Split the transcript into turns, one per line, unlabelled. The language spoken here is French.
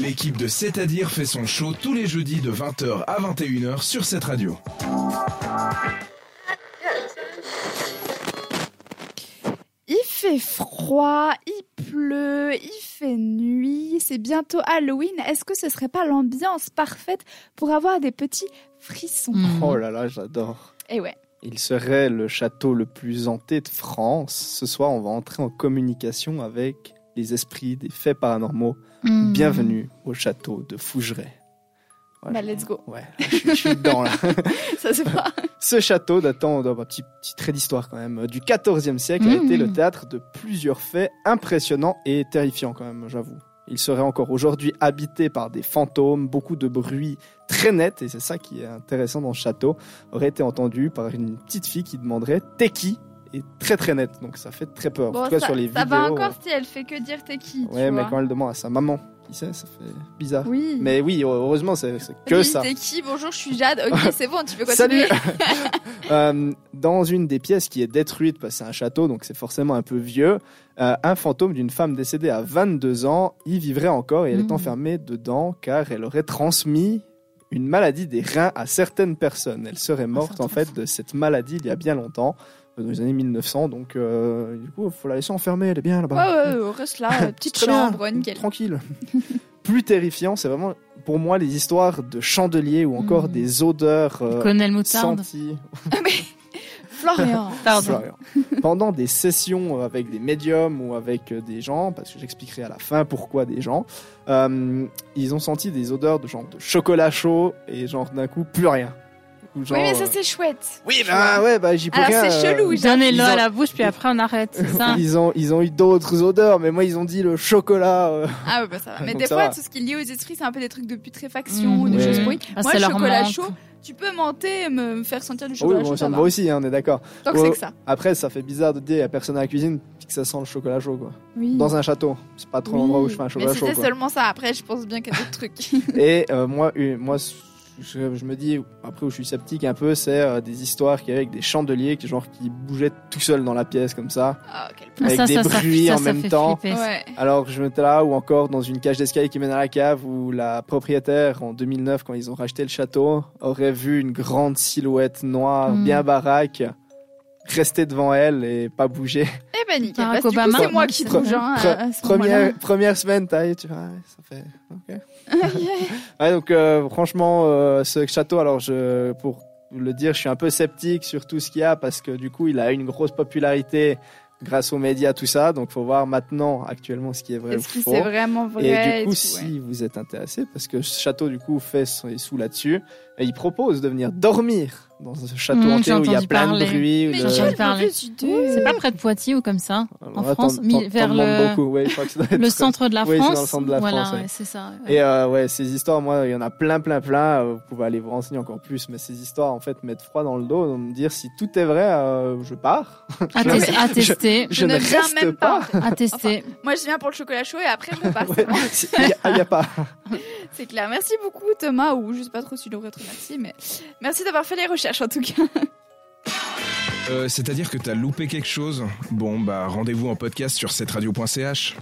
l'équipe de C'est-à-dire fait son show tous les jeudis de 20h à 21h sur cette radio.
Il fait froid, il pleut, il fait nuit, c'est bientôt Halloween. Est-ce que ce serait pas l'ambiance parfaite pour avoir des petits frissons
Mmh.
Oh là là, j'adore.
Eh ouais.
Il serait le château le plus hanté de France. Ce soir, on va entrer en communication avec les esprits des faits paranormaux.
Mmh.
Bienvenue au château de Fougeray. Voilà.
Bah let's go.
Ouais, là, je, suis- je suis dedans là.
Ça se voit.
Ce château datant d'un petit, petit trait d'histoire quand même euh, du 14e siècle a
Mmh.
été le théâtre de plusieurs faits impressionnants et terrifiants quand même, j'avoue. Il serait encore aujourd'hui habité par des fantômes, beaucoup de bruit très net, et c'est ça qui est intéressant dans ce château, aurait été entendu par une petite fille qui demanderait « t'es qui ?» et très très net, donc ça fait très peur. en tout cas
ça,
sur les
ça
vidéos.
va encore si elle fait que dire t'es qui.
euh, Ouais, mais quand elle demande à sa maman, qui sait, ça fait bizarre.
Oui.
Mais oui, heureusement, c'est c'est que
Oui,
ça.
T'es qui Bonjour, je suis Jade. Ok, c'est bon, tu peux
Salut
continuer.
Euh, Dans une des pièces qui est détruite, parce que c'est un château, donc c'est forcément un peu vieux, euh, un fantôme d'une femme décédée à 22 ans y vivrait encore et elle
Mhm.
Mmh.
est enfermée dedans car elle aurait transmis une maladie des reins à certaines personnes. Elle serait morte
c'est
en fait de cette maladie il y a bien longtemps, euh, dans les années 1900, donc euh, du coup, il faut la laisser enfermer, elle est bien là-bas. Mmh.
Ouais, ouais, ouais, reste là, euh, petite
Très bien,
chambre, nickel.
Tranquille. Plus terrifiant, c'est vraiment pour moi les histoires de chandeliers ou encore
Mmh.
Mhm.
des odeurs euh,
Colonel Moutarde.
senties.
Florian.
Pardon.
Florian. Pendant des sessions euh, avec des médiums ou avec euh, des gens, parce que j'expliquerai à la fin pourquoi des gens, euh, ils ont senti des odeurs de genre de chocolat chaud et genre d'un coup plus rien. Ou genre,
Oui, mais ça
euh,
c'est chouette.
oui, bah ouais, bah j'y peux
Alors,
rien,
c'est
euh,
chelou,
Donnez-le
Ils
à
ont-
la bouche, puis après on arrête. C'est ça.
Ils ont, ils ont eu d'autres odeurs, mais moi ils ont dit le chocolat. euh.
Ah ouais, bah ça va. Mais
Donc
des
ça
fois,
va.
tout ce qui est lié aux esprits, c'est un peu des trucs de putréfaction ou
Mmh.
des
Hmm. Ouais.
choses pourries.
Ah,
Moi,
c'est
le
leur
chocolat
manque.
chaud, tu peux mentir, me me faire sentir du
Oui,
chocolat
bon,
chaud.
ça
ça
me
va.
va aussi, hein, on est d'accord.
Tant que
Ouais.
c'est que ça.
Après, ça fait bizarre de dire à personne à la cuisine puis que ça sent le chocolat chaud quoi.
Oui.
Dans un château, c'est pas trop
Mm. Oui.
l'endroit où je fais un chocolat
Mais
chaud.
c'était
quoi.
seulement ça. Après, je pense bien qu'il y a d'autres trucs.
Et euh, moi, une- moi je, je me dis, après où je suis sceptique un peu, c'est euh, des histoires qui avec des chandeliers qui, genre, qui bougeaient tout seuls dans la pièce comme ça.
Ah, quel
Ah,
avec
ça,
des
ça, ça,
bruits
ça,
en
ça
même
fait
temps.
flipper, ça.
Ouais.
Alors je me mettais là, ou encore dans une cage d'escalier qui mène à la cave, où la propriétaire, en 2009, quand ils ont racheté le château, aurait vu une grande silhouette noire,
Hmm.
bien baraque, rester devant elle et pas bouger.
Eh ben nickel.
Barack
Parce que du coup,
Obama.
c'est moi qui
Pre-
trouve, hein,
Pre-
à ce
première, première semaine, t'as tu vois, ouais, ça fait... ok.
moment-là.
Ouais, donc euh, franchement, euh, ce château, alors je, pour le dire, je suis un peu sceptique sur tout ce qu'il y a parce que du coup, il a une grosse popularité grâce aux médias, tout ça. Donc, faut voir maintenant, actuellement, ce qui est vrai ou
Est-ce que
faux.
c'est vraiment vrai
et du coup,
tout, ouais.
si vous êtes intéressé, parce que ce château, du coup, fait ses sous là-dessus, et il propose de venir dormir dans ce château
Mmh,
hanté
j'ai
où il y a
entendu
plein de
parler.
bruit.
Mais
J'en
le-
ai
quel
parlé.
mauvais idée.
C'est pas près de Poitiers ou comme ça
Alors,
en
là,
France,
t'en-
mi-
t'en-
vers
t'en demandes
le-
beaucoup. Ouais, je crois que ça doit être
Le centre de la
Oui, c'est
France.
dans le centre de la
voilà,
France, ouais.
ouais, c'est ça. ouais.
Et euh, ouais, ces histoires, moi, il y en a plein, plein, plein. Euh, vous pouvez aller vous renseigner encore plus, mais ces histoires, en fait, mettent froid dans le dos, donc me dire si tout est vrai, euh, je pars.
À,
je-
tes- à tester.
je ne
viens
reste
même
pas.
pas.
À tester.
Moi, je viens pour le chocolat chaud et après, je repars.
Ouais, c'est- Il n'y a, il y a pas.
C'est clair. Merci beaucoup, Thomas, ou je sais pas trop si l'aurait remercié, mais merci d'avoir fait les recherches en tout cas.
Euh, C'est-à-dire que t'as loupé quelque chose Bon, bah rendez-vous en podcast sur cette radio.ch.